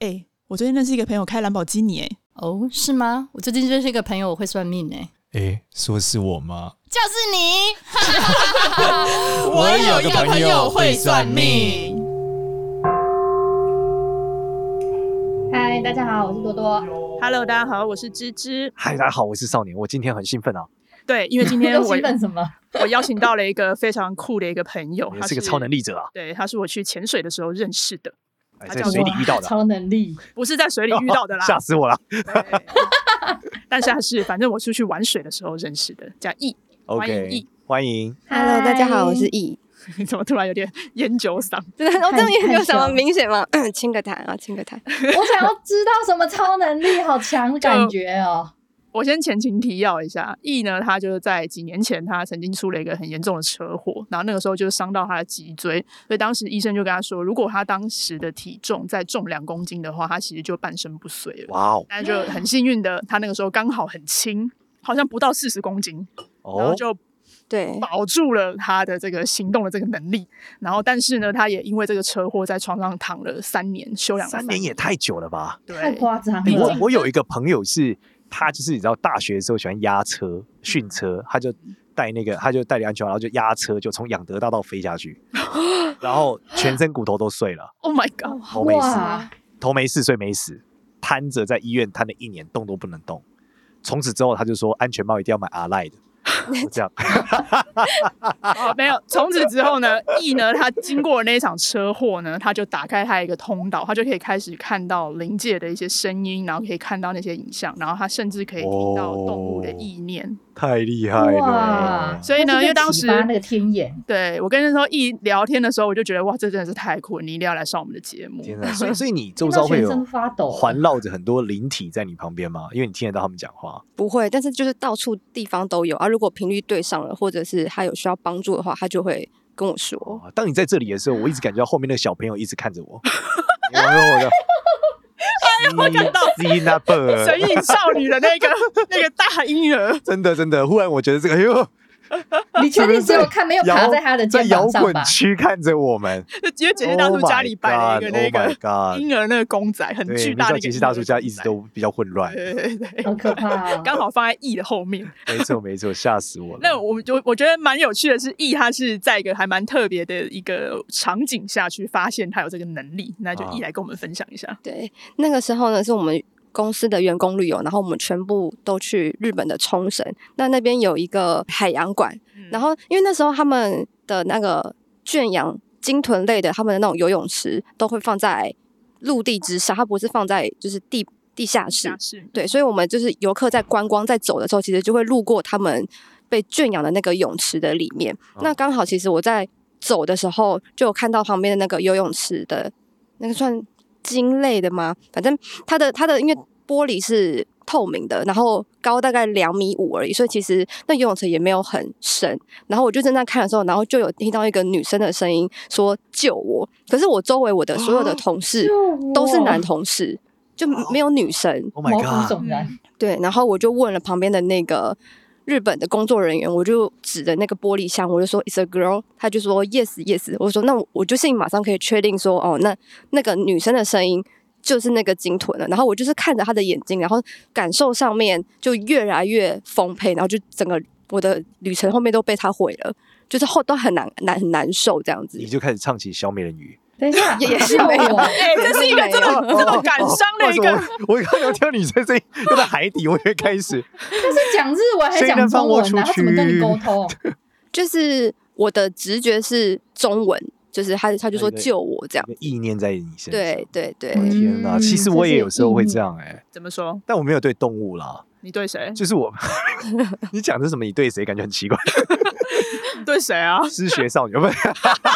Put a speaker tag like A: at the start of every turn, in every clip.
A: 哎、我最近认识一个朋友开兰博基尼、哎，
B: 哦，是吗？我最近认识一个朋友，我会算命呢、
C: 诶，说是我吗？
B: 就是你。
C: 我有个朋友会算命。
D: 嗨，大家好，我是多多。
A: Hello，大家好，我是芝芝。
E: 嗨，大家好，我是少年，我今天很兴奋啊！
A: 对，因为今 天
D: 又
A: 我
D: 兴奋什么？
A: 我邀请到了一个非常酷的一个朋友，
E: 我
A: 他
E: 是个超能，力者啊，
A: 对，他是我去潜水的时候认识的，
E: 哎
A: 他
E: 在
A: 叫
E: 水里
D: 哇
E: 遇到的啊，
D: 超 能力，
A: 不是在水里遇到 的啦。
E: 吓死我了。
A: 对但是他是反正我出去玩水的时候认识的，叫 E。欢迎
E: OK，欢迎，
F: Hello，大家好，我是 E
D: 嗨
F: 易。
A: 怎么突然有点烟酒嗓？
F: 真的，我这
D: 害
F: 里有什
D: 害
F: 么
D: 羞
F: 明显吗？清个痰啊，清个痰。
D: 我想要知道什么超能力，好强的感觉哦！
A: 我先前情提要一下，E 呢，他就是在几年前，他曾经出了一个很严重的车祸，然后那个时候就是伤到他的脊椎，所以当时医生就跟他说，如果他当时的体重再重两公斤的话，他其实就半身不遂了。
E: 哇哦，
A: 但就很幸运的，他那个时候刚好很轻，好像不到四十公斤，然后
E: 哦，
A: 就
F: 对，
A: 保住了他的这个行动的这个能力。然后，但是呢，他也因为这个车祸在床上躺了三年，休养了
E: 三年也太久了吧？
D: 太
A: 对，
D: 夸张
A: 毕
E: 欸
A: 竟
E: 我
D: 了，
E: 我有一个朋友是，他就是你知道大学的时候喜欢压车训车，他就戴那个他就戴着安全帽，然后就压车，就从养德大道飞 下去，然后全身骨头都碎了，
A: Oh my God！
E: 头没事，
D: 哇，
E: 头没事，所以没死，瘫着在医院瘫了一年，动都不能动。从此之后，他就说安全帽一定要买阿赖的，就这样。
A: 哦， 没有。从此之后呢，E 呢，他经过那一场车祸呢，他就打开他一个通道，他就可以开始看到灵界的一些声音，然后可以看到那些影像，然后他甚至可以听到动物的意念。
E: 太厉害
D: 哇
E: 了！
A: 所以呢，因为当时
D: 他就被启发那个天眼，
A: 对我跟那时候一聊天的时候，我就觉得哇，这真的是太酷了，你一定要来上我们的节目。
E: 天哪！所以所以你周
D: 听到
E: 遭会
D: 全
E: 有
D: 身发抖，
E: 环绕着很多灵体在你旁边吗？因为你听得到他们讲话。
F: 不会，但是就是到处地方都有啊。如果频率对上了，或者是他有需要帮助的话，他就会跟我说。
E: 哦，当你在这里的时候，我一直感觉到后面那个小朋友一直看着 我，然后我的，哎
A: 看到
E: See n u b e
A: 神
E: r
A: 隐少女的那 个那个大婴儿，
E: 真的真的，忽然我觉得这个，哎呦，
D: 你确 定只有看没有
E: 摇
D: 爬在他的
E: 在
D: 肩
E: 摇
D: 膀上
E: 滚
D: 吧？
E: 区看着我们。
A: 就因为解析大叔家里摆了一个那
E: Oh my
A: 个
E: god, oh my god
A: 婴儿那个公仔，很
E: 对，
A: 巨
E: 你
A: 大的一
E: 知道
A: 个
E: 杰
A: 婴
E: 西
A: 儿
E: 大叔家
A: 公
E: 一直
A: 仔
E: 都比较混乱，
A: 对对对对，
D: 好可 怕哦！
A: 刚好放在 E 的后面。
E: 没错没错，吓死我
A: 那
E: 了。
A: 我们就我觉得蛮有趣的是，E 他是在一个还蛮特别的一个场景下去发现他有这个能力，那就
E: 啊
A: E 来跟我们分享一下。
F: 对，那个时候呢，是我们公司的员工旅游，然后我们全部都去日本的冲绳。那那边有一个海洋馆，
D: 嗯
F: 然后因为那时候他们的那个圈养鲸豚类的，他们的那种游泳池都会放在陆地之上，它不是放在就是地地下室
A: 下。是
F: 对，所以我们就是游客在观光在走的时候，其实就会路过他们被圈养的那个泳池的里面。那
E: 哦
F: 刚好，其实我在走的时候就有看到旁边的那个游泳池的那个算鲸类的吗？反正它的它的因为玻璃是透明的，然后高大概两米五而已，所以其实那游泳池也没有很深。然后我就正在看的时候，然后就有听到一个女生的声音说救我，可是我周围我的所有的同事都是男同事，就没有女生。
E: Oh
D: 毛
E: my
D: 骨
E: god！
D: 悚然，
A: 嗯
F: 对，然后我就问了旁边的那个日本的工作人员，我就指着那个玻璃箱，我就说 "It's a girl"，他就说 "Yes, yes"，我说那我我就是马上可以确定说，哦，那那个女生的声音就是那个鲸豚了。然后我就是看着她的眼睛，然后感受上面就越来越丰沛，然后就整个我的旅程后面都被她毁了，就是后都很难难很难受这样子
E: 你。就开始唱起小美人鱼。
D: 等一下，
F: 也也是
D: 救
F: 没有
D: 我
A: 哎、这是一个这 么这么感伤的一
E: 哦
A: 个，
E: 哦我我刚刚有听到女生声音，又在海底，我以为 开始。
D: 但是讲日文还
E: 谁
D: 讲
E: 能放
D: 中
E: 我
D: 文啊，
E: 出
D: 他怎么跟你沟 通？
F: 就是我的直觉是中文，就是他他就说
E: 对对
F: 救我这样。
E: 一个意念在你身上。
F: 对对对，
D: 嗯
E: 天哪！
D: 嗯
E: 其实
D: 这
E: 我
D: 是
E: 也有时候会
D: 意
E: 这样哎，
A: 怎么说？
E: 但我没有对动物啦，
A: 你对谁？
E: 就是 我。你讲的是什么？你对谁感觉很奇怪？
A: 你对谁啊？
E: 失学少女，不是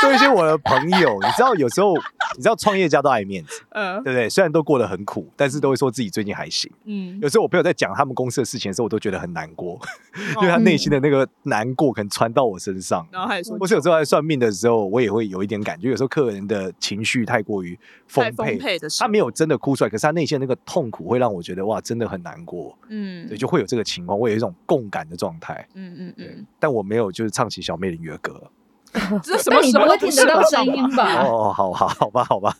E: 对一些我的朋友，你知道有时候，你知道创业家都爱面子，
A: 呃，
E: 对不对？虽然都过得很苦，但是都会说自己最近还行。
A: 嗯，
E: 有时候我朋友在讲他们公司的事情的时候，我都觉得很难过， 因为他内心的那个难过可能传到我身上。
A: 然后还说
E: 或是有时候在算命的时候，我也会有一点感觉，有时候客人的情绪太过于丰
A: 太丰
E: 沛。
A: 沛的时候
E: 他没有真的哭出来，可是他内心的那个痛苦会让我觉得哇，真的很难过，
A: 嗯
E: 对，就会有这个情况，我有一种共感的状态。
A: 嗯嗯
E: 对
A: 嗯，
E: 但我没有就是唱起小美人鱼的歌，
A: 这什
D: 那
A: 么
D: 你
A: 时
D: 不
A: 候
D: 会
A: 不
D: 听
A: 是
D: 得到
A: 吧
D: 声音吧？
E: 哦，好好好吧，好吧。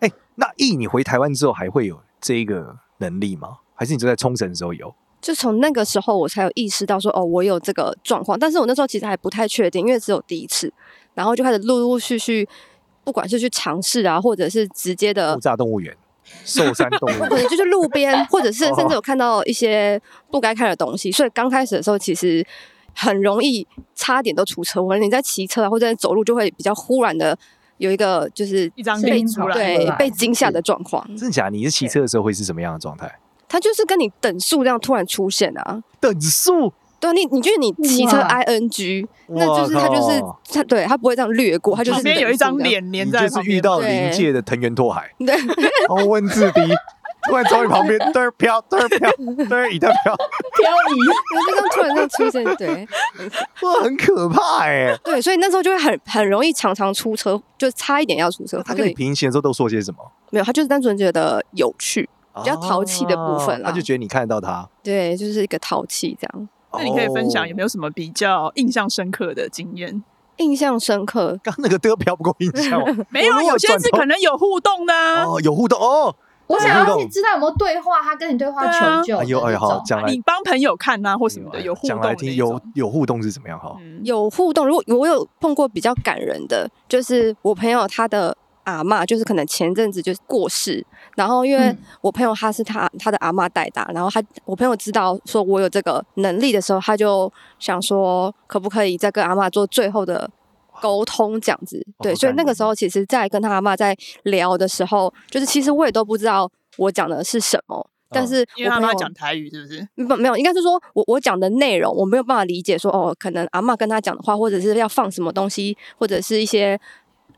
E: 哎、那 E 你回台湾之后还会有这一个能力吗？还是你就在冲绳的时候有？
F: 就从那个时候我才有意识到说，哦，我有这个状况。但是我那时候其实还不太确定，因为只有第一次，然后就开始陆陆续续，不管是去尝试啊，或者是直接的
E: 木栅动物园、寿山动物
F: 可能
E: 园，
F: 就是路边，或者是甚至有看到一些不该看的东西，所以刚开始的时候其实很容易差点都出车祸。你在骑车啊或者在走路，就会比较忽然的有一个就是
A: 一张
D: 声
A: 脸
D: 音
A: 出
D: 跑
A: 来
D: 出
A: 了
F: 对
A: 啦
D: 来
F: 被惊吓的状况，
E: 真的假的？你是骑车的时候会是什么样的状态？
F: 它就是跟你等速这样突然出现啊。
E: 等速，
F: 对啊你，你觉得你骑车
D: 哇
F: I N G，那就是
E: 哇
F: 它
E: 靠
F: 就是它，对它不会这样掠过，它就是
A: 旁边
F: 等
A: 有一
F: 速
A: 张
F: 这样，
A: 脸
E: 你
A: 粘在
E: 就是
A: 旁
E: 遇
A: 边，
E: 到
F: 对
E: 临界的藤原拓海，
F: 对，
E: 然后温志迪突然从你旁边嘚儿飘嘚儿飘嘚儿一大飘，
D: 漂移，
F: 就这样突然这样出现，对。
E: 哇，很可怕哎、
F: 对，所以那时候就会很很容易常常出车，就差一点要出车祸。
E: 他
F: 所
E: 跟
F: 以
E: 你平行的时候都说些什么？
F: 没有，他就是单纯觉得有趣，
E: 比
F: 较淘气的部分啦
E: 啊他就觉得你看得到他。哦
F: 对，就是一个淘气这样。
A: 那你可以分享有没
E: 有？
A: 有什么比较印象深刻的经验？
F: 印象深刻，
E: 刚那个嘚飘不够印象吗
A: 没有，
E: 我如果
A: 有些
E: 转
A: 是
E: 头
A: 可能有互动的啊。
E: 哦，有互动哦。
D: 我想要去知道有没有对话，他跟你对话
A: 对啊
D: 求救的
E: 哎呦哎
D: 那
E: 呦，好
D: 种，
E: 讲来
A: 你帮朋友看啊，或什么的，
E: 哎呦
A: 有互动
E: 讲
A: 的
E: 来
A: 那种。
E: 听，有哦有互动是怎么样哈？
A: 嗯
F: 有互动。如果我有碰过比较感人的，就是我朋友他的阿嬷，就是可能前阵子就是过世，然后因为
D: 嗯
F: 我朋友他是他他的阿嬷带大，然后他我朋友知道说我有这个能力的时候，他就想说可不可以再跟阿嬷做最后的。沟通这样子，
E: 哇
A: 哦
F: 对，
E: 好
F: 所以
E: 感
F: 那个
E: 人
F: 时候其实，在跟他阿嬷在聊的时候，就是其实我也都不知道我讲的是什么，但
E: 嗯
F: 是
A: 哦因为
F: 我
A: 他
F: 朋
A: 们
F: 友
A: 讲台语，是不是？
F: 不，没有，应该是说我我讲的内容，我没有办法理解说哦，可能阿嬷跟他讲的话，或者是要放什么东西，或者是一些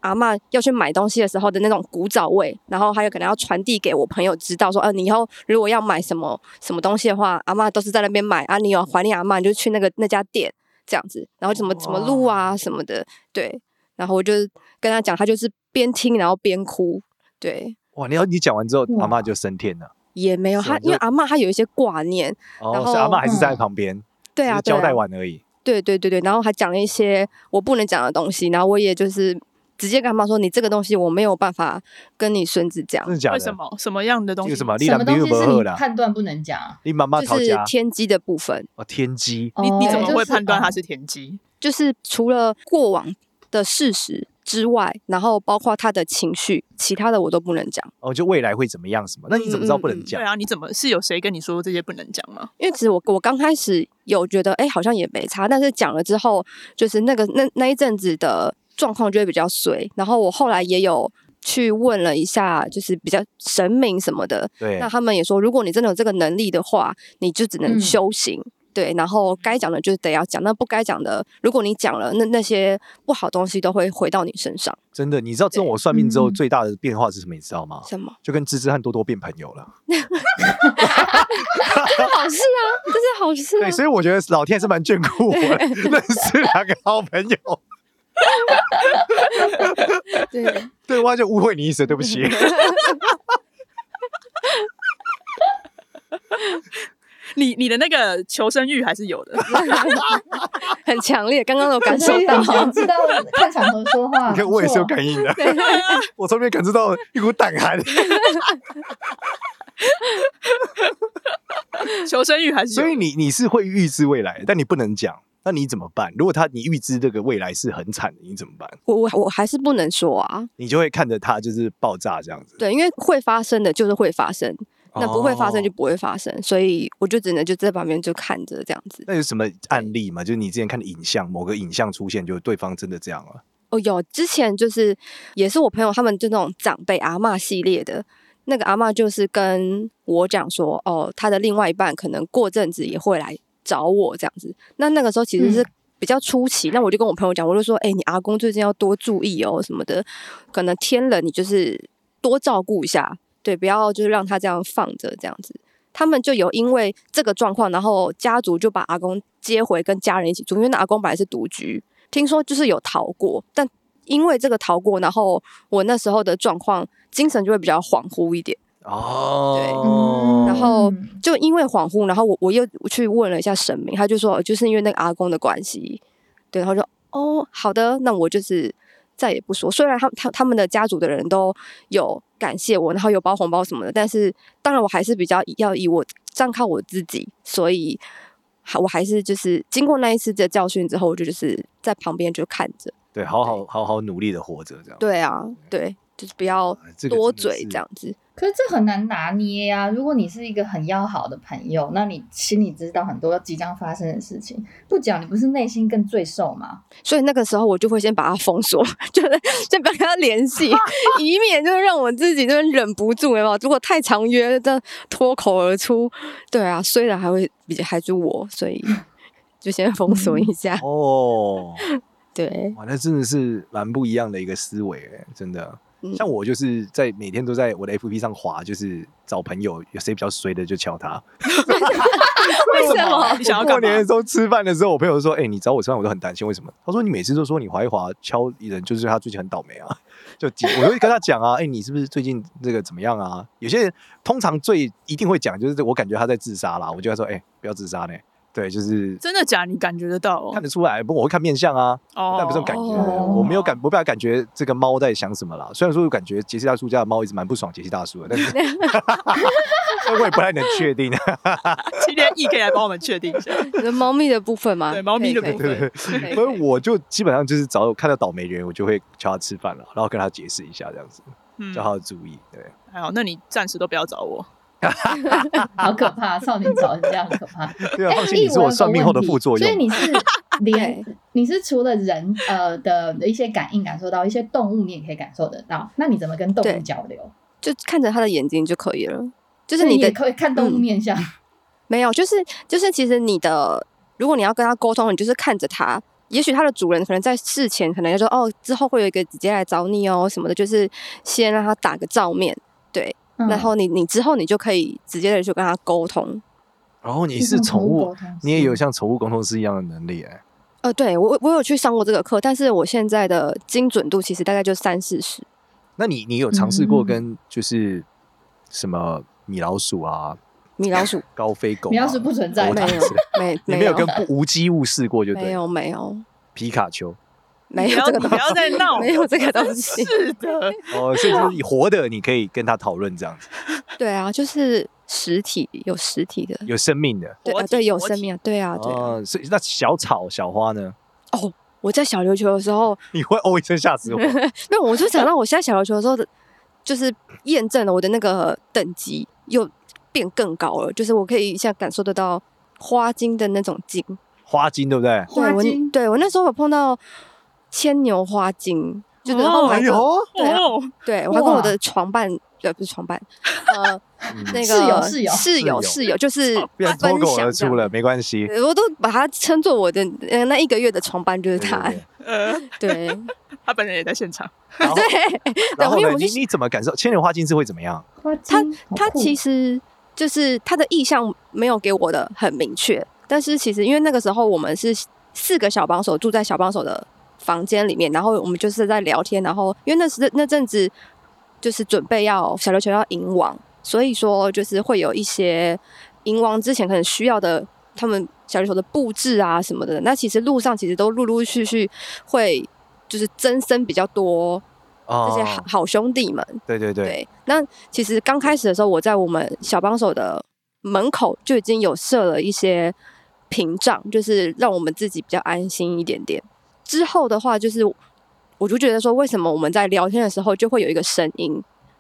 F: 阿嬷要去买东西的时候的那种古早味，然后还有可能要传递给我朋友知道说，呃，你以后如果要买什么什么东西的话，阿嬷都是在那边买啊，你有怀念阿嬷，你就去那个那家店这样子，然后怎么怎么录
E: 哦
F: 啊什么的，对，然后我就跟他讲，他就是边听然后边哭，对，
E: 哇，你要你讲完之后，
D: 哇
E: 阿嬷就升天了。
F: 也没有
E: 是啊
F: 他，
E: 就
F: 因为阿嬷她有一些挂念，
E: 哦
F: 然，后
E: 是阿嬷还是在旁边，
F: 对
E: 只
F: 啊，
E: 是
F: 对
E: 交
F: 啊
E: 代完而已。
F: 对对对对，然后还讲了一些我不能讲的东西，然后我也就是直接跟他妈说，你这个东西我没有办法跟你孙子讲
E: 真，的假
A: 为
E: 的？
A: 什么？什么样的东西？
E: 这个什么？你
D: 什么
E: 男朋
D: 东
E: 友
D: 西
E: 不
D: 是
E: 喝
D: 你
E: 啦？
D: 判断不能讲啊？
E: 你妈妈
F: 就
E: 吵
F: 是
E: 架
F: 天机的部分，
E: 哦，天机
A: 你你
D: 哦
A: 怎么会
D: 就是
A: 判断
D: 哦
A: 他是田鸡？
F: 就是除了过往的事实之外，然后包括他的情绪，其他的我都不能讲，
E: 哦，就未来会怎么样什么？那你怎么知道不能
F: 嗯嗯嗯
A: 对
E: 讲？
A: 啊，你怎么是有谁跟你说这些不能讲吗？
F: 因为其实我我刚开始有觉得，哎，好像也没差，但是讲了之后，就是那个那那一阵子的状况就会比较衰，然后我后来也有去问了一下，就是比较神明什么的，
E: 对
F: 那，他们也说，如果你真的有这个能力的话，你就只能
D: 嗯
F: 修行。对，然后该讲的就得要讲，那不该讲的，如果你讲了，那那些不好东西都会回到你身上。
E: 真的，你知道自从我算命之后
D: 嗯
E: 最大的变化是什么？你知道吗？
F: 什么？
E: 就跟芝芝和多多变朋友 了。
F: 好事啊， 这是好事、啊
E: 对，。所以我觉得老天还是蛮眷顾我的，认识两个好朋友。
F: 对，
E: 对，我就误会你意思，对不起。
A: 你你的那个求生欲还是有 的，
F: 很强烈，刚刚都有感受
D: 所以
F: 到
D: 很。想知道看场合说话。
E: 你看，我也是有感应的， 我从里面感受到一股胆寒，
A: 求生欲还是有
E: 所
A: 的。
E: 以你你是会预知未来，但你不能讲，那你怎么办？如果他你预知这个未来是很惨的，你怎么办？
F: 我我我还是不能说啊，
E: 你就会看着他就是爆炸这样子，
F: 对，因为会发生的就是会发生，那不会发生就
E: 哦
F: 不会发生，所以我就只能就在旁边就看着这样子。
E: 那有什么案例吗？就是你之前看的影像，某个影像出现，就对方真的这样了。
F: 哦，有之前就是也是我朋友他们就那种长辈阿嬷系列的，那个阿嬷就是跟我讲说，哦，她的另外一半可能过阵子也会来找我这样子。那那个时候其实是
D: 嗯
F: 比较初期，那我就跟我朋友讲，我就说，哎、你阿公最近要多注意哦什么的，可能天冷你就是多照顾一下，对，不要就是让他这样放着这样子。他们就有因为这个状况，然后家族就把阿公接回跟家人一起住，因为那阿公本来是独居，听说就是有逃过，但因为这个逃过，然后我那时候的状况，精神就会比较恍惚一点。
E: 哦，
F: 然后
D: 嗯
F: 就因为恍惚，然后我我又去问了一下神明，他就说就是因为那个阿公的关系，对，然后就哦，好的，那我就是再也不说。虽然他他他们的家族的人都有感谢我，然后有包红包什么的，但是当然我还是比较以要以我站靠我自己，所以还我还是就是经过那一次的教训之后，我就就是在旁边就看着。
E: 对，好好好好努力的活着，这样。
F: 对啊，对，就是不要
E: 啊这个
F: 多
E: 真的
F: 嘴
E: 是
F: 这样子。
D: 可是这很难拿捏呀、如果你是一个很要好的朋友，那你心里知道很多即将发生的事情，不讲你不是内心更罪受 吗？
F: 所以那个时候我就会先把他封锁， 就是先不要跟他联系，以免就是让我自己这边忍不住，有没有？如果太常约，这样脱口而出，对啊，虽然还会比较还是我，所以就先封锁一下。
E: 哦，
F: 对，
E: 哇，那真的是蛮不一样的一个思维欸，真的。
F: 嗯
E: 像我就是在每天都在我的 FB 上滑，就是找朋友，有谁比较衰的就敲他。
F: 为什么？
A: 你想要
E: 过
A: 干
E: 年的
A: 嘛？
E: 时候吃饭的时候，我朋友说：“哎、你找我吃饭，我都很担心，为什么？”他说：“你每次都说你滑一滑敲人，就是他最近很倒霉啊。” 就提我就会跟他讲啊，哎、你是不是最近这个怎么样啊？有些人通常最一定会讲，就是我感觉他在自杀啦，我就会说：“哎、不要自杀呢。”对，就是
A: 真的假？你感觉得到哦
E: 看？得出来，不过我会看面相啊。
A: 哦，
E: 但不是 感觉，啊
D: 哦
E: 我没有感，我不敢感觉这个猫在想什么啦。虽然说我感觉杰西大叔家的猫一直蛮不爽杰西大叔的，但是 但我也不太能确定。啊
A: 今天 E 可以来帮我们确定一下。
F: 你的猫咪的部分吗？
A: 对猫咪的
F: 可以可以
A: 部分
E: 对
F: 可以
E: 所以我就基本上就是只要有看到倒霉人，我就会叫他吃饭了，然后跟他解释一下这样子，
A: 嗯
E: 叫他注意。对，
A: 还好，那你暂时都不要找我。
D: 好可怕，少年早人这样很可怕。
E: 对啊，
D: 哎
E: 放心，你是我算命后的副作
D: 所以
E: 用。
D: 你是连
F: 对
D: 你是除了人呃的一些感应感受到，一些动物你也可以感受得到。那你怎么跟动物
F: 对
D: 交流？
F: 就看着他的眼睛就可以了。
D: 就
F: 就
D: 是
F: 你的
D: 可以看动物面相，
F: 没有，就是就是，其实你的，如果你要跟他沟通，你就是看着他。也许它的主人可能在事前可能就说，哦，之后会有一个姐姐来找你哦什么的，就是先让他打个照面，
D: 嗯
F: 然后你你之后你就可以直接的去跟他沟通。
E: 然后你
D: 就是像
E: 宠
D: 物
E: 物
D: 沟，通师，
E: 你也有像宠物沟通师一样的能力哎。
F: 呃，对我我我有去上过这个课，但是我现在的精准度其实大概就三四十。
E: 那你你有尝试过
D: 嗯
E: 跟就是什么米老鼠啊、
F: 米 老鼠
E: 高飞狗啊、
D: 米老鼠不存在
E: 狗
F: 没
E: 塔
F: 有
E: 之类的，
F: 没
E: 你
F: 没
E: 没有跟不无机物试过就
F: 没
E: 对了，
F: 有没有
E: 皮卡丘。
F: 没
A: 你
F: 有
A: 不要
F: 这个
A: 你
F: 东
A: 不要
F: 西，
A: 再闹，
F: 没有这个东西。
A: 是的，
E: 哦，所以就是你活的，你可以跟他讨论这样子，
F: 对啊，就是实体有实体的，
E: 有生命的。
F: 对、
A: 活
F: 啊、
A: 体
F: 对有
A: 活
F: 生
A: 体
F: 命啊，对啊对啊。
E: 哦，所以那小草、小花呢？
F: 我在小琉球的时候，
E: 你会哦一声吓 死我。
F: 没有，我就想到我现在小琉球的时候的，就是验证了我的那个等级又变更高了，就是我可以现在感受得到花精的那种精。
E: 花精对不对？
D: 花
F: 对
D: 精
F: 我对我那时候有碰到牵牛花精，就是
A: 哦
F: 我
E: 哎
F: 还跟
E: 呦，
F: 对啊
A: 哦，
F: 对我还跟我
D: 哇
F: 的床伴，对，不是床伴， 呃，那个
D: 室友室友
E: 室
F: 室友
E: 友
F: 室友就是
E: 不然嗯脱
F: 分
E: 口
F: 享
E: 而
F: 这
E: 出
F: 样
E: 了，没关系。
F: 对我都把它称作我的呃那一个月的床伴就是
E: 对
F: 他，
E: 对对
A: 呃，
F: 对
A: 他本人也在现 场。
E: 然后
F: 对
E: 然后
F: 因为
E: 呢？
F: 我
E: 你
F: 就是
E: 你怎么感受牵牛花精是会怎么样？
D: 花精，
F: 他其
D: 实
F: 实就是他的意向没有给我的很明确，但是其实因为那个时候我们是四个小帮手住在小帮手的房间里面，然后我们就是在聊天，然后因为那时那阵子就是准备要小琉球要迎王，所以说就是会有一些迎王之前可能需要的他们小琉球的布置啊什么的，那其实路上其实都陆陆续续会就是增生比较多这些好
E: 哦，
F: 好兄弟们。
E: 对对对，
F: 对，那其实刚开始的时候，我在我们小帮手的门口就已经有设了一些屏障，就是让我们自己比较安心一点点。之后的话，就是我就觉得说，为什么我们在聊天的时候就会有一个声音？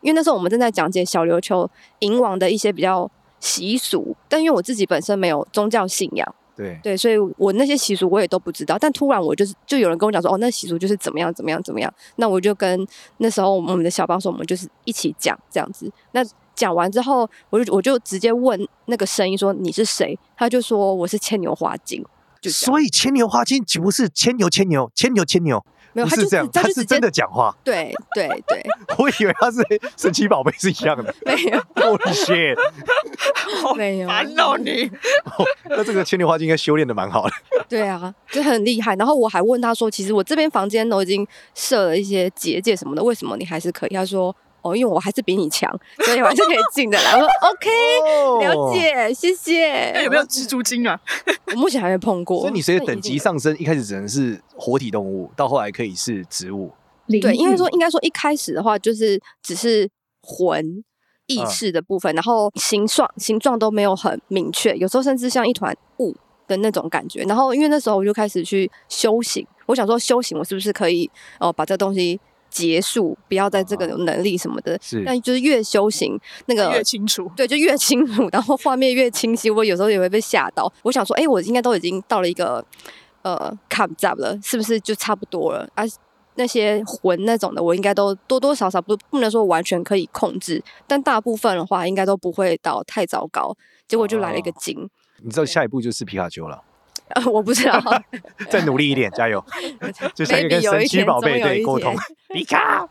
F: 因为那时候我们正在讲解小琉球银王的一些比较习俗，但因为我自己本身没有宗教信仰。
E: 对
F: 对，所以我那些习俗我也都不知道，但突然我就是就有人跟我讲说，哦，那习俗就是怎么样怎么样怎么样，那我就跟那时候我们的小帮手，我们就是一起讲这样子。那讲完之后，我就我就直接问那个声音说你是谁，他就说我是牵牛花精，就这样
E: 所以牵牛花精岂不是牵牛牵牛牵牛牵牛？
F: 没有，
E: 不
F: 他就是
E: 这
F: 直
E: 样，
F: 他
E: 他
F: 就是直
E: 真
F: 接
E: 的讲话。
F: 对对对，
E: 我以为他是神奇宝贝是一样的。
F: 没 有
E: Holy shit！
A: 好
F: 没有啊
A: 烦恼 你，
E: 那这个牵牛花精应该修炼的蛮好的。
F: 对啊，就很厉害。然后我还问他说，其实我这边房间都已经设了一些结界什么的，为什么你还是可以？他说哦，因为我还是比你强，所以我还是可以进的来。我说 OK，了。
E: 哦
F: 解，谢谢。
A: 那有没有蜘蛛精啊？
F: 我目前还没碰过。
E: 所以你随着等级上升，一开始只能是活体动物，到后来可以是植物。
F: 对，应该
D: 为
E: 嗯
F: 说应该说一开始的话，就是只是魂意
E: 嗯
F: 识的部分，然后形状形状都没有很明确，有时候甚至像一团雾的那种感觉。然后因为那时候我就开始去修行，我想说修行我是不是可以哦、呃把这东西结束，不要在这个
E: 啊
F: 有能力什么的。
E: 是
F: 但就是越修行那个
A: 越清楚。
F: 对，就越清楚， 然后画面越清晰。我有时候也会被吓到，我想说，哎、我应该都已经到了一个呃 c o m up 了，是不是就差不多了？啊，那些魂那种的，我应该都多多少少不不能说完全可以控制，但大部分的话应该都不会到太糟糕。结果就来了一个
E: 哦
F: 精，
E: 你知道下一步就是皮卡丘了，
F: 呃， 我不知 道
E: 再努力一点，加油！就像一个跟
F: Maybe 有一
E: 神奇
F: 天
E: 宝贝
F: 总有
E: 对
F: 一
E: 沟 通
F: 天，
E: 皮卡。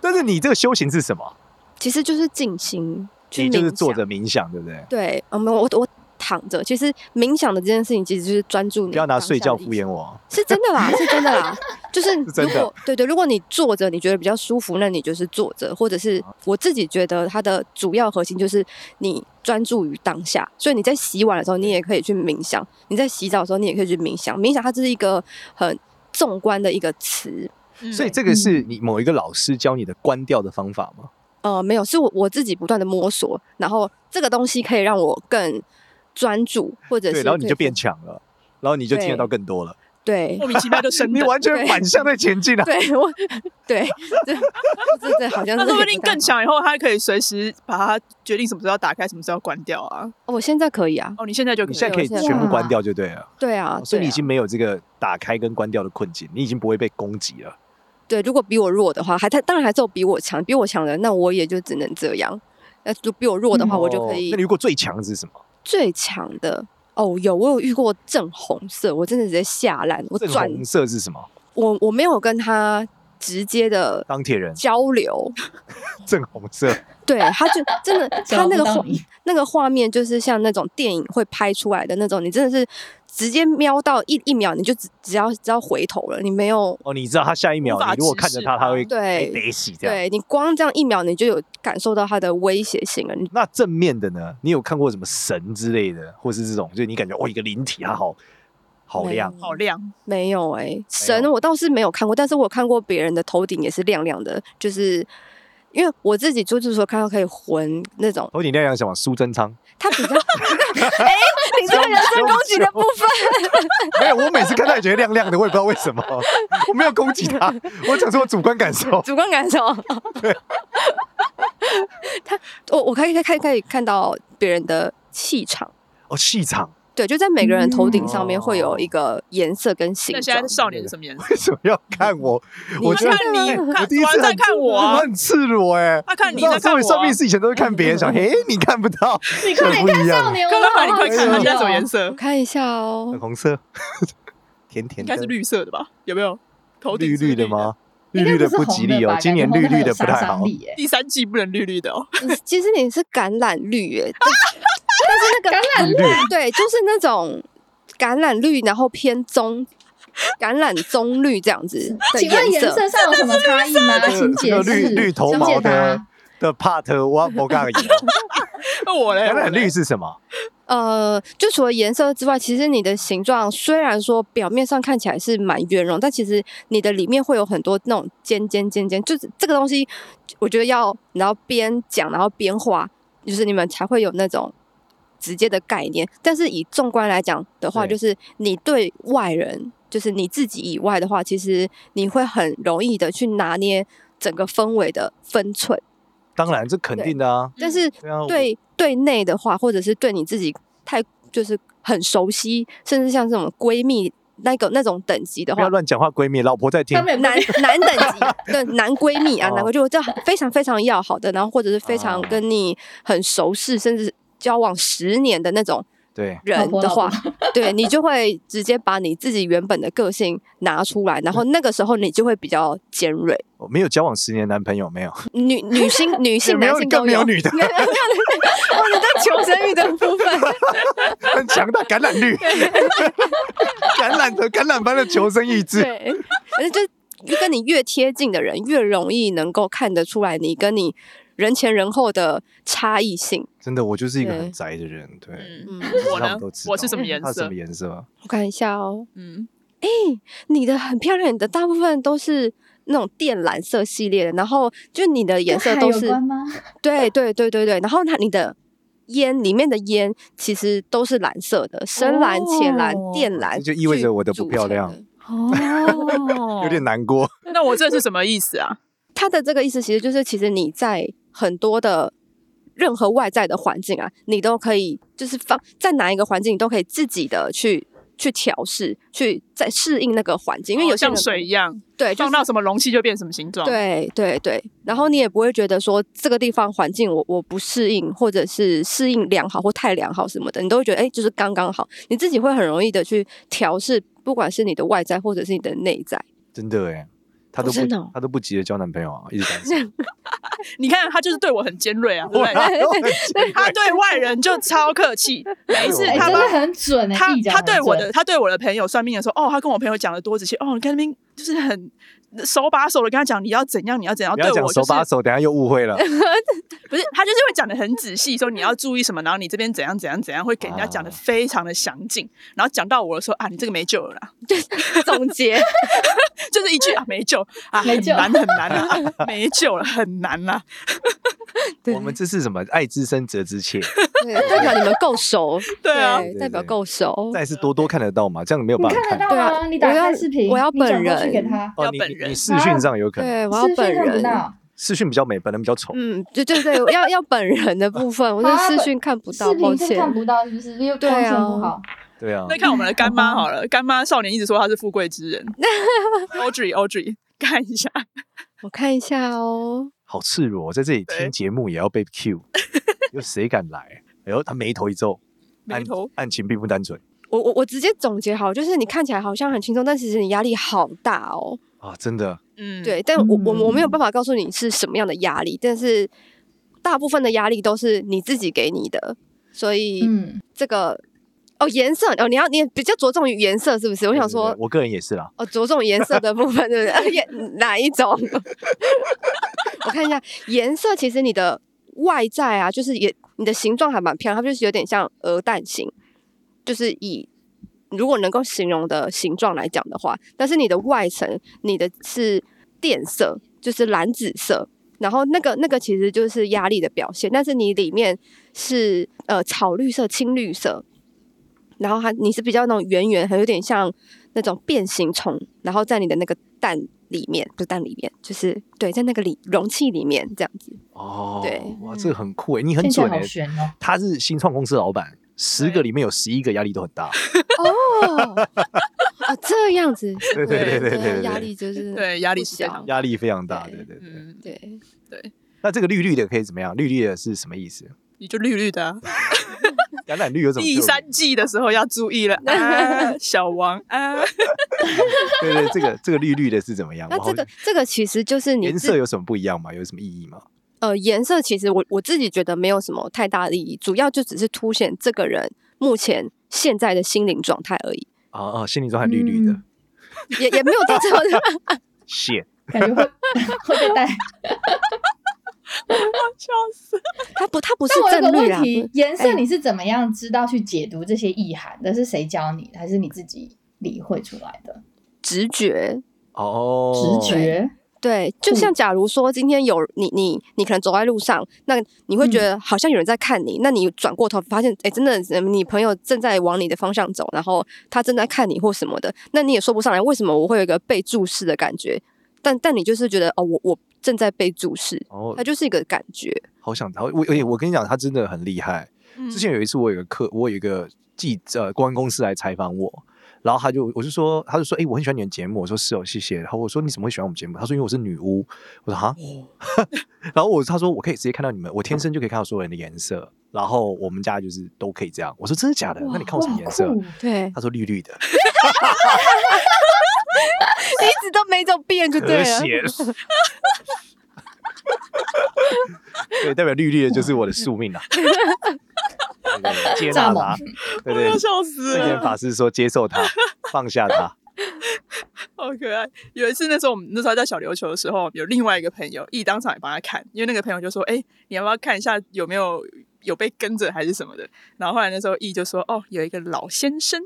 E: 但是你这个修行是什么？
F: 其实就是静心，去
E: 你就是
F: 冥
E: 坐
F: 想
E: 着冥想，对不对？
F: 对，嗯，没有我我躺着。其实冥想的这件事情，其实就是专注你
E: 不要拿
F: 当
E: 睡
F: 下
E: 觉
F: 的意
E: 敷
F: 思
E: 衍我。
F: 是真的啦， 是真的啦。就是如
E: 真的
F: 果对对，如果你坐着你觉得比较舒服，那你就是坐着，或者是
E: 啊
F: 我自己觉得它的主要核心就是你专注于当下。所以你在洗碗的时候，你也可以去冥想；你在洗澡的时候，你也可以去冥想。冥想它就是一个很纵观的一个词，
E: 所以这个是你某一个老师教你的关掉的方法吗？
F: 呃，没有，是我我自己不断的摸索，然后这个东西可以让我更专注，或者
E: 对，
F: 是
E: 然后你
F: 可以
E: 就变强了，然后你就听得
F: 对
E: 到更多了，
F: 对
A: 莫名其妙就升
E: 你
A: 等，
E: 完全
F: 对
E: 反向在前进啊！
F: 对我对 这这这好像
A: 那
F: 是
A: 说不
F: 也
A: 定
F: 太
A: 更
F: 好。
A: 强，以后他可以随时把它决定什么时候要打开，什么时候要关掉啊。
F: 我现在可以啊，
A: 哦，你现在就可
E: 你
A: 以
E: 现在可以
F: 对
E: 全部
D: 哇
E: 关掉就对了，
F: 对啊，
E: 哦所以
F: 对
E: 你
F: 啊
E: 已经没有这个打开跟关掉的困境，你已经不会被攻击了。
F: 对，如果比我弱的话，还他当然还是有比我强，比我强的，那我也就只能这样。那如果比我弱的话，我就可
E: 哦
F: 以
E: 那你如果最强的是什么？
F: 最强的。哦，有我有遇过正红色，我真的直接吓烂，我
E: 正
F: 转
E: 红色是什么？
F: 我我没有跟他直接的
E: 钢铁 人，
F: 交流，
E: 正红色。
F: 对，他 就真的他那个画
D: 你
F: 那个画面就是像那种电影会拍出来的那种，你真的是直接瞄到一一秒，你就只只要只要回头了，你没有
E: 哦，你知道他下一秒
A: 无，法
E: 你如果
A: 直
E: 看着
A: 视
E: 他，他
A: 他
E: 会
F: 对
E: 被逮起这样。
F: 对你光这样一秒，你就有感受到他的威胁性了，你
E: 那正面的呢？你有看过什么神之类的，或是这种，就是你感觉哦，一个灵体，它好好
F: 没
E: 亮
F: 有
A: 好亮，
F: 没有哎、神
E: 有
F: 我倒是没有看过，但是我有看过别人的头顶也是亮亮的，就是因为我自己就是说看到可以魂那种，
E: 头顶亮亮什么？苏贞昌。
F: 他比 较哎、你这个人身攻击的部分，
E: 没有，我每次看他也觉得亮亮的，我也不知道为什么，我没有攻 击他，我讲说我主观感受。
F: 主观感受。他我我可以可以可以看到别人的气场，
E: 哦，气场，
F: 对，就在每个人头顶上面
E: 嗯
F: 会有一个颜色跟形
A: 那现在的。
F: 状
A: 少年是什么颜 色？
E: 为什么要看我？我觉得
A: 看你
E: 哎
A: 看
E: 我第一
A: 突
E: 次
A: 然在
E: 很
A: 看我啊
E: 我很赤裸哎。
A: 他 看你
E: 知道
A: 在看
E: 身
A: 我
E: 为算命
A: 啊，
E: 师以前都是看 别人，想，嘿，你看不到，你
D: 快点看少
E: 样。
D: 年，
A: 刚刚把你快看
E: 哎
A: 看
E: 呦
A: 你在什么颜
D: 色？
A: 色
F: 我？看一下哦
E: 粉，红色， 甜甜
A: 应
E: 的，
A: 该是绿色的吧？有没有？头顶
E: 绿
A: 是绿
E: 绿
A: 的
E: 的？吗？绿
D: 应
E: 绿
D: 该
E: 的
D: 是
E: 不
D: 红
E: 吉利哦
D: 吧，
E: 今年
D: 感
E: 绿
D: 觉红
E: 绿
D: 的
E: 的
D: 很
E: 不
D: 有杀
E: 太
D: 伤
E: 好。
D: 力耶
A: 第三季不能绿绿的哦，
F: 你其实你是橄榄绿耶， 但但是那 个橄榄绿对，就是那种橄榄绿，然后偏棕，橄榄棕绿这样子的
D: 请问颜
F: 色。
D: 色上有什么差异吗？请
E: 这
D: 解
E: 个
D: 释。
E: 绿绿头
D: 请
E: 毛
D: 解
E: 的啊
D: 答
E: 的 part，我我告诉你，
A: 那我嘞，
E: 橄榄
A: 我嘞
E: 啊绿是什么？
F: 呃，就除了颜色之外，其实你的形状虽然说表面上看起来是蛮圆融，但其实你的里面会有很多那种尖尖尖尖，就是这个东西，我觉得要然后边讲然后边画，就是你们才会有那种直接的概念。但是以纵观来讲的话，
E: 对
F: 就是你对外人，就是你自己以外的话，其实你会很容易的去拿捏整个氛围的分寸，
E: 当然，这肯定的啊。
F: 但是
E: 对啊，
F: 对对内的话，或者是对你自己太就是很熟悉，甚至像这种闺蜜那个那种等级的
E: 不要
F: 话，
E: 乱讲话，闺蜜，老婆在听
D: 他。们
F: 男
D: 男
F: 男等级 对男闺蜜啊，
E: 哦
F: 男闺蜜就这非常非常要好的，然后或者是非常
E: 哦
F: 跟你很熟识，甚至交往十年的那种
E: 对，
F: 人的话
D: 老婆老，
F: 对你就会直接把你自己原本的个性拿出来，然后
E: 嗯
F: 那个时候你就会比较尖锐。
E: 我没有交往十年男朋友，没有，
F: 女女性女
E: 也
F: 性
E: 没
F: 男
E: 有
F: 性
E: 更
F: 都
E: 没有
F: 有，
E: 女 的，
F: 没有没有没有哦，你在求生欲的部分。
E: 很强大橄榄绿，橄榄的橄榄般的求生意志。
F: 对，而且就跟你越贴近的人，越容易能够看得出来你跟你人前人后的差异性。
E: 真的，我就是一个很
F: 对
E: 宅的人，对，
A: 嗯，
F: 嗯，
A: 我
E: 他
A: 呢
E: 们都知，道
A: 我是什么颜
E: 他什
A: 色
E: 么？颜色？
F: 我看一下哦，
A: 嗯，
F: 你的很漂亮，你的大部分都是那种靛蓝色系列的，然后就你的颜色
D: 跟海
F: 都
D: 有
F: 是
D: 关吗？
F: 对对对对对，然后它你的烟里面的烟其实都是蓝色的，深蓝、浅蓝、
B: 哦
F: 靛蓝，
E: 这就意味着我的不漂亮。
A: 哦
E: 有点难过。
A: 那我这是什么意思啊？
F: 他的这个意思其实就是，其实你在很多的任何外在的环境啊，你都可以就是放在哪一个环境，你都可以自己的去去调试，去再适应那个环境，因为有
A: 哦
F: 些人
A: 像水一样，
F: 对，就
A: 放
F: 是
A: 到什么容器就变什么形状。，
F: 对对对，然后你也不会觉得说这个地方环境我我不适应，或者是适应良好或太良好什么的，你都会觉得哎、诶就是刚刚好，你自己会很容易的去调试，不管是你的外在或者是你的内在。
E: 真的哎，他都
F: 哦真的
E: 不
F: 哦
E: 他都不急着交男朋友啊，一直单身。
A: 你看他就是对我很尖锐啊， 对不对？
E: 对
A: 他对外人就超客气，每一次
E: 哎
D: 哎，
A: 他
D: 真
A: 帮
D: 的很准哎，
A: 他
D: 一讲
A: 他对
D: 很
A: 我
D: 准
A: 的他对我的朋友算命的时候，哦，他跟我朋友讲的多仔细，哦，你看那边就是很手把手的跟他讲你要怎样，你要怎样，
E: 不
A: 对
E: 要讲
A: 我就
E: 手
A: 是
E: 把手，等下又误 会了。
A: 不是他就是会讲的很仔细，说你要注意什么，然后你这边怎样怎样怎样，会给人家讲的
E: 啊
A: 非常的详尽，然后讲到我的时候啊，你这个没救了啦，
F: 总结，
A: 就是一句啊没救啊，
D: 没救
A: 很难很难啦、啊，没救了很难啊啦、
F: 对
E: 我们这是什么？爱之深，责之切。
F: 对代表你们够熟，
A: 对啊，
E: 对
F: 代表
E: 对
F: 够熟。
E: 但是多多看得到嘛，这样没有
D: 你
E: 办法
D: 看得
E: 看。
D: 到
F: 对啊
D: 吗？你打
F: 我要
D: 开视频，
F: 我要
D: 你转
F: 本
D: 过去给
F: 人
D: 他，
E: 哦，
A: 要
E: 你
A: 本
E: 你
A: 人
E: 你视讯上有可能，
F: 对，我要
D: 视
F: 本
D: 讯看不
F: 人。
D: 到
E: 视讯比较美，本人比较丑。
F: 嗯，对对对，要要本人 的部分，我是
D: 啊
F: 视
D: 本
F: 讯看不到，
D: 视
F: 抱
D: 频是
F: 歉。
D: 看不到，是不是？因为
F: 对
D: 光
F: 啊
D: 线不好。
E: 对啊
A: 那，看我们的干妈好了，干妈少年一直说她是富贵之 人，Audrey Audrey，看一下，
F: 我看一下哦，
E: 好赤裸，在这里
A: 对
E: 听节目也要被 Q，有谁敢来？哎呦，他眉头一皱，
A: 眉头
E: 案案情并不单纯
F: 我我我直接总结好，就是你看起来好像很轻松，但其实你压力好大哦。
E: 啊，真的。
A: 嗯，
F: 对，但我我我没有
D: 嗯
F: 办法告诉你是什么样的压力，但是大部分的压力都是你自己给你的，所以
D: 嗯，
F: 这个、哦颜色哦，你要你比较着重于颜色是不是？我
E: 我
F: 想说
E: 我个人也是啦，
F: 哦，着重颜色的部分，对不对？ 呃颜哪一种？我看一下颜色，其实你的外在啊，就是也你的形状还蛮漂亮，它就是有点像鹅蛋形，就是以如果能够形容的形状来讲的话，但是你的外层，你的是靛色，就是蓝紫色。然后那个那个其实就是压力的表现，但是你里面是呃草绿色、青绿色，然后它你是比较那种圆圆，还有点像那种变形虫，然后在你的那个蛋里面，不是蛋里面，就是对，在那个里容器里面这样子。
E: 哦，
F: 对
E: 哇，
A: 嗯
E: 这个很酷哎，你很
D: 听起来
E: 准
D: 好
E: 哎，
D: 悬哦。
E: 他是新创公司的老板，十个里面有十一个压力都很大，
F: 哦，啊，这样子，
E: 对对对对对对嗯
F: 压力就是
A: 对压力
F: 不
A: 是非常
F: 小
E: 压力非常大，对
F: 对
E: 对对。
A: 嗯，
F: 对，
E: 那这个绿绿的可以怎么样？绿绿的是什么意思？
A: 你就绿绿的啊、
E: 橄榄绿有什么？
A: 第三，季的时候要注意了， 啊、小王啊，
E: 对对，这个这个绿绿的是怎么样？
F: 那
E: 我好
F: 这个这个其实就是你
E: 颜
F: 自
E: 色有什么不一样吗？有什么意义吗？
F: 呃，颜色其实我我自己觉得没有什么太大的意义，主要就只是凸显这个人目前现在的心灵状态而已，
E: 啊啊，心里都很绿绿的
D: 嗯，
F: 也也没有到这么的。
E: 谢。
D: 感觉会会被带。
A: 笑死！
F: 他不，他不是
D: 但我有
F: 正
D: 个
F: 绿
D: 问
F: 啦，
D: 题，颜
F: 哎
D: 色你是怎么样知道去解读这些意涵的？是谁教你的，还是你自己理会出来的？
F: 直觉。
E: 哦，
D: 直觉。
F: 对，就像假如说今天有你你你可能走在路上，那你会觉得好像有人在看你，那你转过头发现，哎，真的，呃你朋友正在往你的方向走，然后他正在看你或什么的，那你也说不上来为什么我会有一个被注视的感觉，但但你就是觉得哦，我我正在被注视，
E: 哦
F: 它，就是一个感觉，
E: 好想他，我我我跟你讲，他真的很厉害。之
D: 嗯
E: 前有一次，我有一个客，我有一个记呃公关公司来采访我，然后他就我就说，他就说，哎、我很喜欢你的节目，我说是哦，谢谢。然后我说你怎么会喜欢我们节目？他说因为我是女巫。我说哈，
D: 哦
E: 然后我他说我可以直接看到你们，我
D: 嗯
E: 天生就可以看到所有人的颜色。然后我们家就是都可以这样。我说真的假的？那你看我什么颜色
D: 哇好？酷
F: 对，
E: 他说绿绿的，
F: 一直都没怎么变就对
E: 和
F: 了，
E: 谐。对，代表绿绿的就是我的宿命啊！对对接纳
D: 蚱蜢
E: 他，对
A: 我
E: 对
A: 要，笑死
E: 圣严
A: 了
E: 法师说接受他，放下他。
A: 好可爱！有一次，那时候我们那时候还在小琉球的时候，有另外一个朋友，一当场也帮他看，因为那个朋友就说：“哎、你要不要看一下有没有有被跟着还是什么的？”然后后来那时候易就说：“哦，有一个老先生。”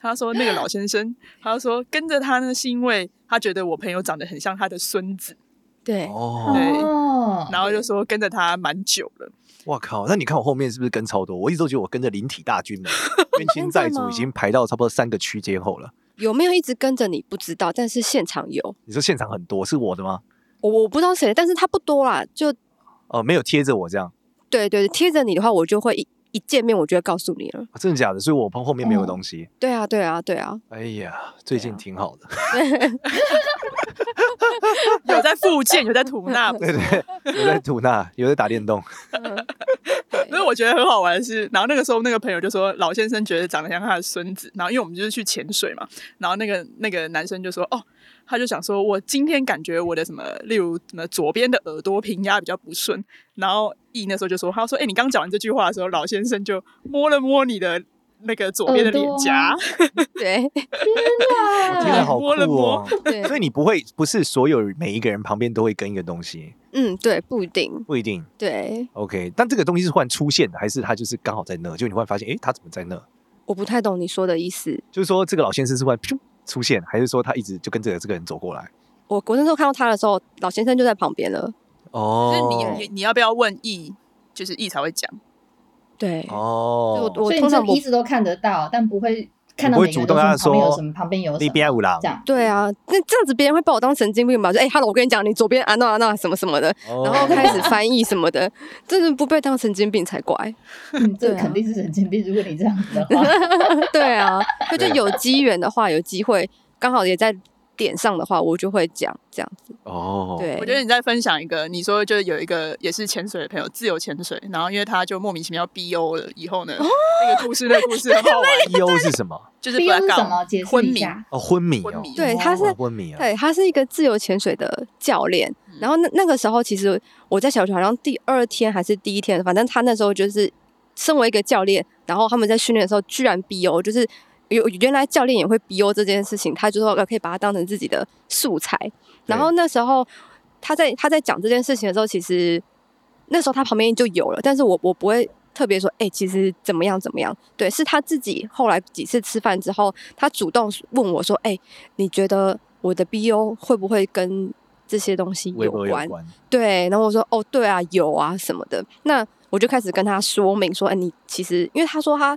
A: 他说：“那个老先生，他说跟着他呢，是因为他觉得我朋友长得很像他的孙子，
F: 对，
E: 哦，
A: 对
D: 哦，
A: 然后就说跟着他蛮久了。
E: 哇靠！那你看我后面是不是跟超多？我一直都觉得我跟着灵体大军呢，冤亲债主已经排到差不多三个区间后了。
F: 有没有一直跟着你不知道，但是现场有，
E: 你说现场很多是我的吗？
F: 我我不知道谁，但是他不多啦，就
E: 哦，没有贴着我这样，
F: 对对对，贴着你的话，我就会一一见面我就会告诉你了。
E: 啊真的假的？所以我碰后面没有东西。
F: 对啊，对啊，对啊，
E: 哎呀，最近挺好的，
A: 有在复健，有在吐纳，
E: 对对，有在吐纳，有在打电动。
F: 嗯
A: 所以我觉得很好玩的是，然后那个时候那个朋友就说，老先生觉得长得像他的孙子，然后因为我们就是去潜水嘛，然后那个那个男生就说，哦，他就想说我今天感觉我的什么，例如什么左边的耳朵平压比较不顺，然后 E 那时候就说，他说，哎、你刚讲完这句话的时候，老先生就摸了摸你的那个左边的脸颊，
F: 对
E: 我天啊，好酷
A: 摸了
E: 哦
A: 摸！
F: 对，
E: 所以你不会，不是所有每一个人旁边都会跟一个东西，
F: 嗯，对，不一定，
E: 不一定。
F: 对，
E: OK，但这个东西是忽然出现的，还是它就是刚好在那？就你会发现，诶，它怎么在那？
F: 我不太懂你说的意思。
E: 就是说这个老先生是忽然噗出现，还是说他一直就跟着这个人走过来？
F: 我国那时候看到他的时候，老先生就在旁边了。
E: 哦
A: 就是你你你要不要问 E，就是 E 才会讲，
F: 对，
E: 哦，
F: 我
D: 所以
F: 通
D: 你
F: 常
D: 这
F: 不
D: 一直都看得到，但不会看到
E: 你不会
D: 每个人
E: 主动跟
D: 都
E: 他
D: 旁边有
E: 说
D: 什么，旁边有什
E: 那
D: 么
E: 边五郎
D: 这，样。
F: 对啊，那这样子别人会把我当神经病吧？就哎、哈 h e l l o 我跟你讲，你左边啊那啊那什么什么的，
E: 哦
F: 然后开始翻译什么的，真的不被当神经病才怪。
D: 嗯，这
F: 对啊
D: 肯定是神经病。如果你这样子的 话，
F: 对啊，就就
E: 对
F: 有机缘的话，有机会刚好也在点上的话，我就会讲这样。
E: 哦，
F: 对，
A: 我觉得你在分享一个，你说就是有一个也是潜水的朋友，自由潜水，然后因为他就莫名其妙 BO 了，以后呢，
D: 哦
A: 那个故事，那个故事很好玩，
E: ，EO 是什么？
A: 就是
D: B U 是
A: blackout
D: 什么？解释
A: 昏
D: 一
A: 迷，
D: 下。
E: 哦，昏迷
A: 昏
E: 哦，
A: 迷
F: 对，他是
E: 哇昏迷啊，
F: 对，他是一个自由潜水的教练。然后那那个时候，其实我在小学好像第二天还是第一天，反正他那时候就是身为一个教练，然后他们在训练的时候居然 BO，就是有原来教练也会 BO 这件事情，他就说呃可以把它当成自己的素材。然后那时候他在他在讲这件事情的时候，其实那时候他旁边就有了，但是我我不会特别说，哎、其实怎么样怎么样？对，是他自己后来几次吃饭之后，他主动问我说，哎、你觉得我的 BO 会不会跟这些东西
E: 微博有
F: 关？
E: 关，
F: 对，然后我说哦，对啊，有啊什么的。那我就开始跟他说明说，哎，你其实因为他说他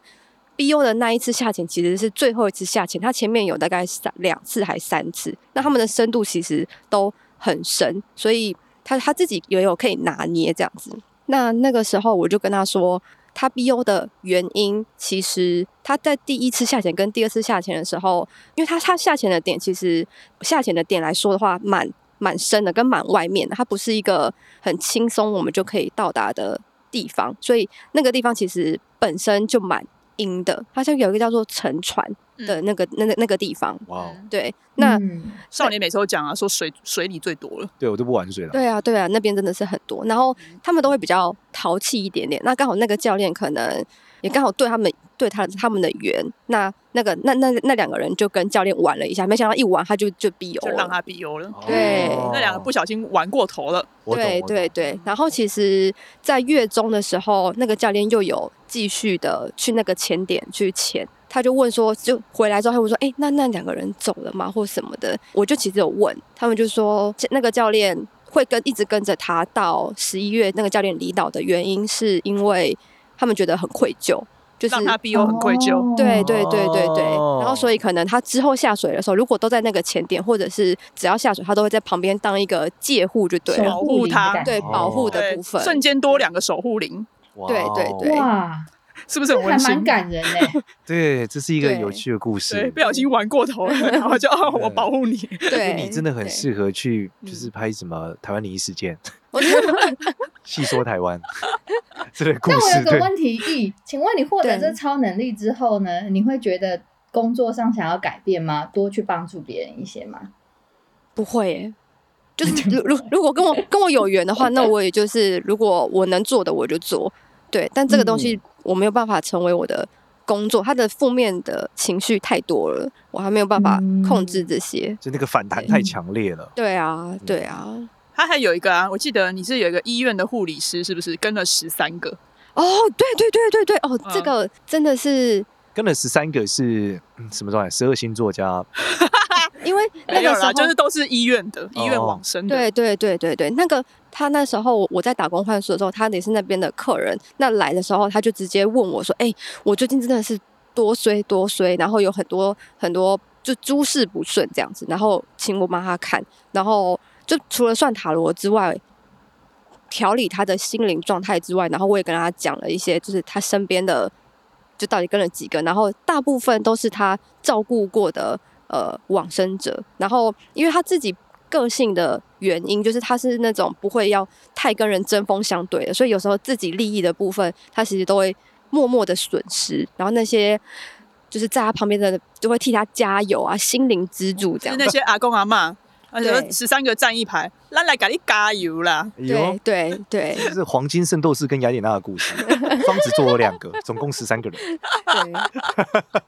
F: BO 的那一次下潜其实是最后一次下潜，他前面有大概三两次还三次，那他们的深度其实都很深，所以他他自己也有可以拿捏这样子。那那个时候我就跟他说，他 BO 的原因，其实他在第一次下潜跟第二次下潜的时候，因为他他下潜的点，其实下潜的点来说的话，蛮蛮深的，跟蛮外面的，它不是一个很轻松我们就可以到达的地方，所以那个地方其实本身就蛮阴的，它像有一个叫做沉船
A: 嗯
F: 的那个、那个那个地方，
E: 哇哦，
F: 对，那。
D: 嗯
A: 少年每次都讲啊，说水水里最多了，
E: 对我都不玩水了，
F: 对啊，对啊，那边真的是很多，然后他们都会比较淘气一点点。那刚好那个教练可能也刚好对他们对他他们的缘，那那个那那那两个人就跟教练玩了一下，没想到一玩他就就 BO
A: 就
F: 了，
A: 让他
D: 哦
A: BO 了。
F: 对
E: 哦
A: 那两个不，小心玩过头了，
E: 我懂
F: 对对，对，然后其实，在月中的时候，那个教练又有继续的去那个潜点去潜，他就问说，就回来之后他会说，哎、那那两个人走了吗，或什么的？我就其实有问，他们就说那个教练会跟一直跟着他到十一月，那个教练离岛的原因是因为他们觉得很愧疚，就是
A: 让他 BO 很愧疚。
D: 哦
F: 对对对对对，然后
E: 哦
F: 所以可能他之后下水的时候，如果都在那个前点，或者是只要下水，他都会在旁边当一个介护，就对了
A: 保
D: 守，护
A: 护
D: 灵
A: 他
D: 感
F: 对
E: 哦
F: 保护的
A: 对
F: 部，分。
A: 瞬间多两个守护灵，
E: 懂
F: 对对
E: 哇哦
F: 对
D: 哇，
A: 是不是
D: 这
A: 很
D: 还
A: 温
D: 蛮
A: 馨？
D: 感人呢。
E: 对，这是一嗯个
F: 对
E: 有趣的故
A: 对，
E: 事
A: 不。小心玩过头了，然后就哦，
E: 对
A: 我保护你。
F: 对，
E: 你真的很
F: 对。嗯
E: 适合去，就是拍什么台湾灵异事件，
F: 我觉得
E: 细说台 湾这类故
D: 但我有
E: 事，
D: 个
E: 对，
D: 问题，易，请问你获得
F: 对
D: 这超能力之后呢，你会觉得工作上想要改变吗？多去帮助别人一些 吗？
F: 不会耶，就是如如如果跟我跟我有缘的话，那我也
A: 嗯
F: 就是如果我能做的我就做，对。但这个东西我没有办法成为我的工作，他的负面的情绪太多了，我还没有办法控制这些。
A: 嗯
E: 就那个反弹
F: 嗯
E: 太强烈了。
F: 对啊，对啊。
A: 他还有一个啊，我记得你是有一个医院的护理师，是不是跟了十三个？
F: 哦，对对对对对，哦，这
A: 嗯
F: 个真的是
E: 跟了十三个是、嗯、什么状态？十二星座加
F: 因为那
A: 没有
F: 个时
A: 啦，
F: 候
A: 就是都是医院的，医院
E: 哦
A: 往生的。
F: 对对对对对，那个他那时候我在打工换宿的时候，他也是那边的客人。那来的时候，他就直接问我说：“哎、我最近真的是多衰多衰，然后有很多很多就诸事不顺这样子，然后请我帮他看。然后就除了算塔罗之外，调理他的心灵状态之外，然后我也跟他讲了一些，就是他身边的就到底跟了几个，然后大部分都是他照顾过的呃往生者，然后因为他自己个性的原因，就是他是那种不会要太跟人针锋相对的，所以有时候自己利益的部分，他其实都会默默的损失，然后那些。就是在他旁边的就会替他加油啊，心灵支柱
A: 就
F: 这样
A: 是
F: 子。
A: 那些阿公阿妈，而且
F: 对
A: 十三个站一排，咱来给你加油啦！
E: 哟，
F: 对对对
E: 哎这是黄金圣斗士跟雅典娜的故事。双子座有两个，总共十三个 人。
F: 对，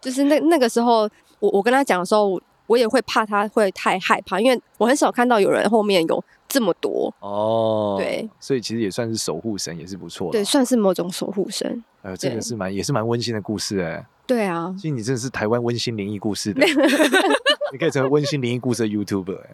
F: 就是那那个时候，我我跟他讲的时候，我我也会怕他会太害怕，因为我很少看到有人后面有这么多，
E: 哦，
F: 对，
E: 所以其实也算是守护神，也是不错啦。
F: 对，算是某种守护神。
E: 哎呦，真的
F: 对
E: 是蛮也是蛮温馨的故事哎、
F: 对啊，
E: 其实你真的是台湾温馨灵异故事 的， 你可以成为温馨灵异故事的 YouTuber 哎、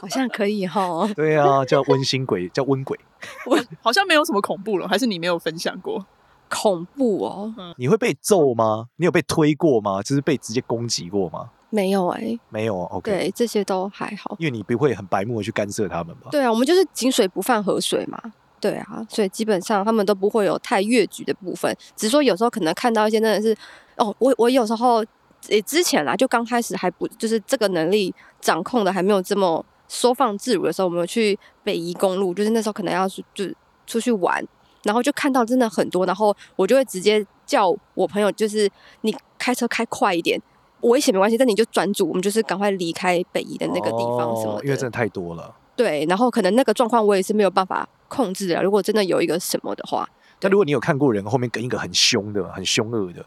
F: 好像可以哦哈。
E: 对啊，叫温馨鬼，叫温鬼。
A: 我好像没有什么恐怖了，还是你没有分享过？
F: 恐怖哦，
E: 你会被揍吗？你有被推过吗？就是被直接攻击过吗？
F: 没有哎、
E: 没有哦，OK。
F: 对，这些都还好。
E: 因为你不会很白目的去干涉他们吧？
F: 对啊，我们就是井水不犯河水嘛。对啊，所以基本上他们都不会有太越矩的部分，只是说有时候可能看到一些真的是，哦，我我有时候也之前啦，就刚开始还不就是这个能力掌控的还没有这么收放自如的时候，我们有去北宜公路，就是那时候可能要去就出去玩，然后就看到真的很多，然后我就会直接叫我朋友，就是你开车开快一点，危险没关系，但你就专注，我们就是赶快离开北宜的那个地方什么的，
E: 哦因为真的太多了。
F: 对，然后可能那个状况我也是没有办法控制啊的。如果真的有一个什么的话，
E: 那如果你有看过人后面跟一个很凶的、很凶恶的，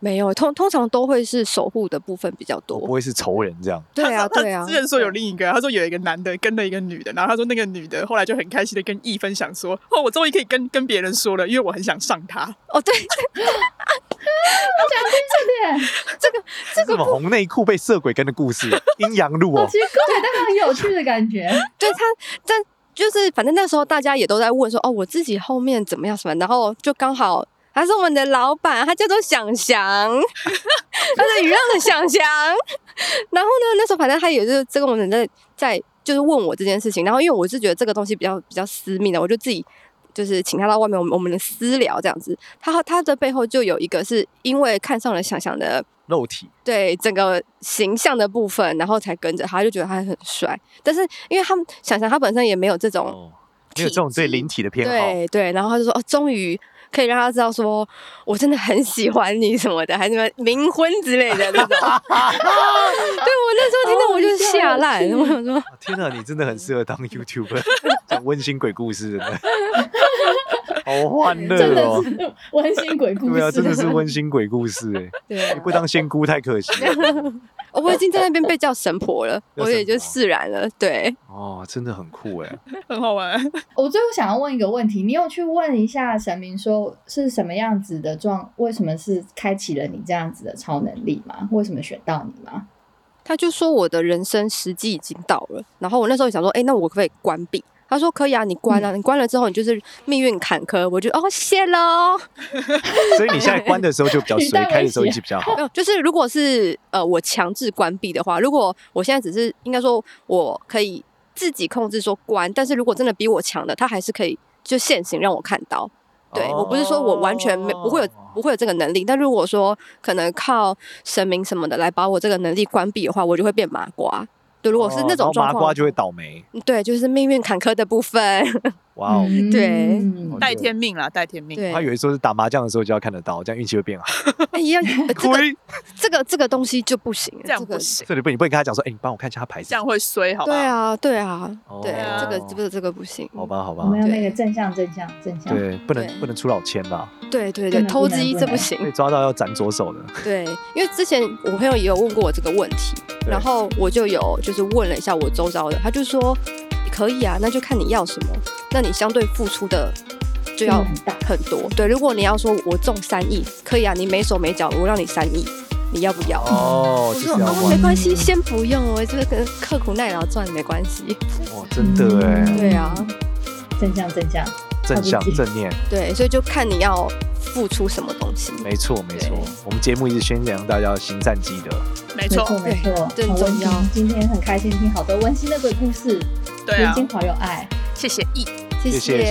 F: 没有，通通常都会是守护的部分比较
E: 不
F: 多。
E: 会是仇人这样。
F: 对啊，
A: 他
F: 对啊。
A: 他之前说有
F: 对
A: 另一个，他说有一个男的跟了一个女的，然后他说那个女的后来就很开心的跟易分享说：“哦，我终于可以跟跟别人说了，因为我很想上他。
F: 哦，对，
D: 对，
E: 这什么红内裤被色鬼跟的故事，阴阳路
D: 好
E: 哦
D: 奇，怪，但很有趣的感觉。
F: 对他，但就是反正那时候大家也都在问说，哦，我自己后面怎么样什么，然后就刚好他是我们的老板，他叫做想翔， 他是娱乐的想翔。然后呢，那时候反正他也是这个我们在在就是问我这件事情，然后因为我是觉得这个东西比较比较私密的，我就自己。就是请他到外面，我们我们私聊这样子。他他的背后就有一个是因为看上了想想的
E: 肉体
F: 对整个形象的部分，然后才跟着他，就觉得他很帅。但是因为他们想想他本身也没有这种、
E: 哦，没有这种对灵体的偏好。啊
F: 对对，然后他就说哦，终于可以让他知道说我真的很喜欢你什么的，还是什么冥婚之类 的那种。对我那时候听到我就吓烂，我 想说
E: 天哪，你真的很适合 当 YouTuber，讲 温馨鬼故事，真的好欢乐
D: 真的
E: 哦。
D: 是温馨鬼故事，
E: 对啊，真的是温馨鬼故事哎，
F: 对、啊
E: 你，不当仙姑太可惜了。
F: 哦我已经在那边被叫神婆了，
E: 叫
F: 我也
E: 神
F: 就
E: 婆
F: 释然了。对，
E: 哦，真的很酷哎，”
A: 很好玩。
F: 哦
D: 我最后想要问一个问题，你有去问一下神明说是什么样子的状，为什么是开启了你这样子的超能力吗？为什么选到你吗？
F: 他就说我的人生时机已经到了，然后我那时候也想说，哎、那我可不可以关闭？他说可以啊，你关啊，你关了之后你就是命运坎坷。我就哦，谢喽。
E: 所以你现在关的时候就比 较
D: 你
E: 随，
D: 带我一起
E: 开的时候一起比较好。
F: 没有，就是如果是呃我强制关闭的话，如果我现在只是应该说我可以自己控制说关，但是如果真的比我强的，他还是可以就现行让我看到。对、我不是说我完全没不
E: 哦
F: 会有不会有这个能力，但如果说可能靠神明什么的来把我这个能力关闭的话，我就会变麻瓜。对， 如果是那种
E: 哦然
F: 状
E: 后麻瓜
F: 况，
E: 就会倒霉。
F: 对，就是命运坎坷的 部分。
E: 哇哦，
D: 嗯
F: 对
A: 带天命啦，带天命。
F: 对
E: 他，有的时候是打麻将的时候就要看得到，这样运气会变好。
F: 哎 一样，呃 这个
E: 亏，
F: 这个这个东西就不行，
A: 这样
F: 个
A: 不行，
E: 这里不你不能跟他讲说，哎，你帮我看一下他牌
A: 这
E: 子
A: 样。会衰，好吧？
F: 对，啊，对啊，对
A: 哦，
F: 这个这个这个不行。
E: 好吧，好吧
D: 我，们要那
F: 对
D: 个正向正向正向。
E: 对，不能
F: 对嗯
E: 不能出老千啦，
F: 对对
D: 不
F: 对，
D: 能
F: 偷
D: 不能
F: 鸡
D: 不
F: 这不
D: 能
F: 行。
E: 被抓到要斩左手 的。
F: 对，因为之前我朋友也有问过我这个问题，
E: 对
F: 然后我就有就是问了一下我周遭的，他就说可以啊，那就看你要什么，那你相对付出的就要
D: 就很大
F: 很多。对，如果你要说我中三亿，可以啊，你没手没脚，我让你三亿，你要不要？
E: 哦，
F: 我
E: 就
F: 说
E: 是要
F: 哦，没
E: 玩
F: 关系，先不用，我这个刻苦耐劳赚没关系。
E: 哦，真的哎，
F: 对啊，
D: 正向正向。
E: 正向
D: 靠自己
E: 正念，
F: 对，所以就看你要付出什么东西。
E: 没错没错
F: 对。
E: 我们节目一直宣扬大家要行善积德，
A: 没
D: 没
A: 错，
D: 错没错，
F: 对
D: 好
F: 这很
D: 温
F: 重
D: 馨
F: 要。
D: 今天很开心听好多温馨的鬼故事，
A: 对
D: 人
A: 啊，
D: 间好有爱。
A: 谢谢 E。
F: 谢
E: 谢谢
D: 谢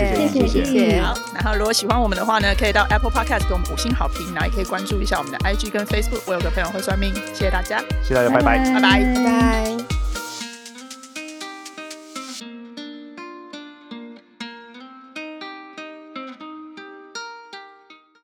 E: 谢
D: 谢谢谢
A: 好，然后如果喜欢我们的话呢，可以到 Apple Podcast 给我们五星好评，然后也可以关注一下我们的 IG 跟 Facebook。我有个朋友会算命，谢谢大家。
E: 谢谢大家，拜拜。
A: 拜拜
F: 拜拜。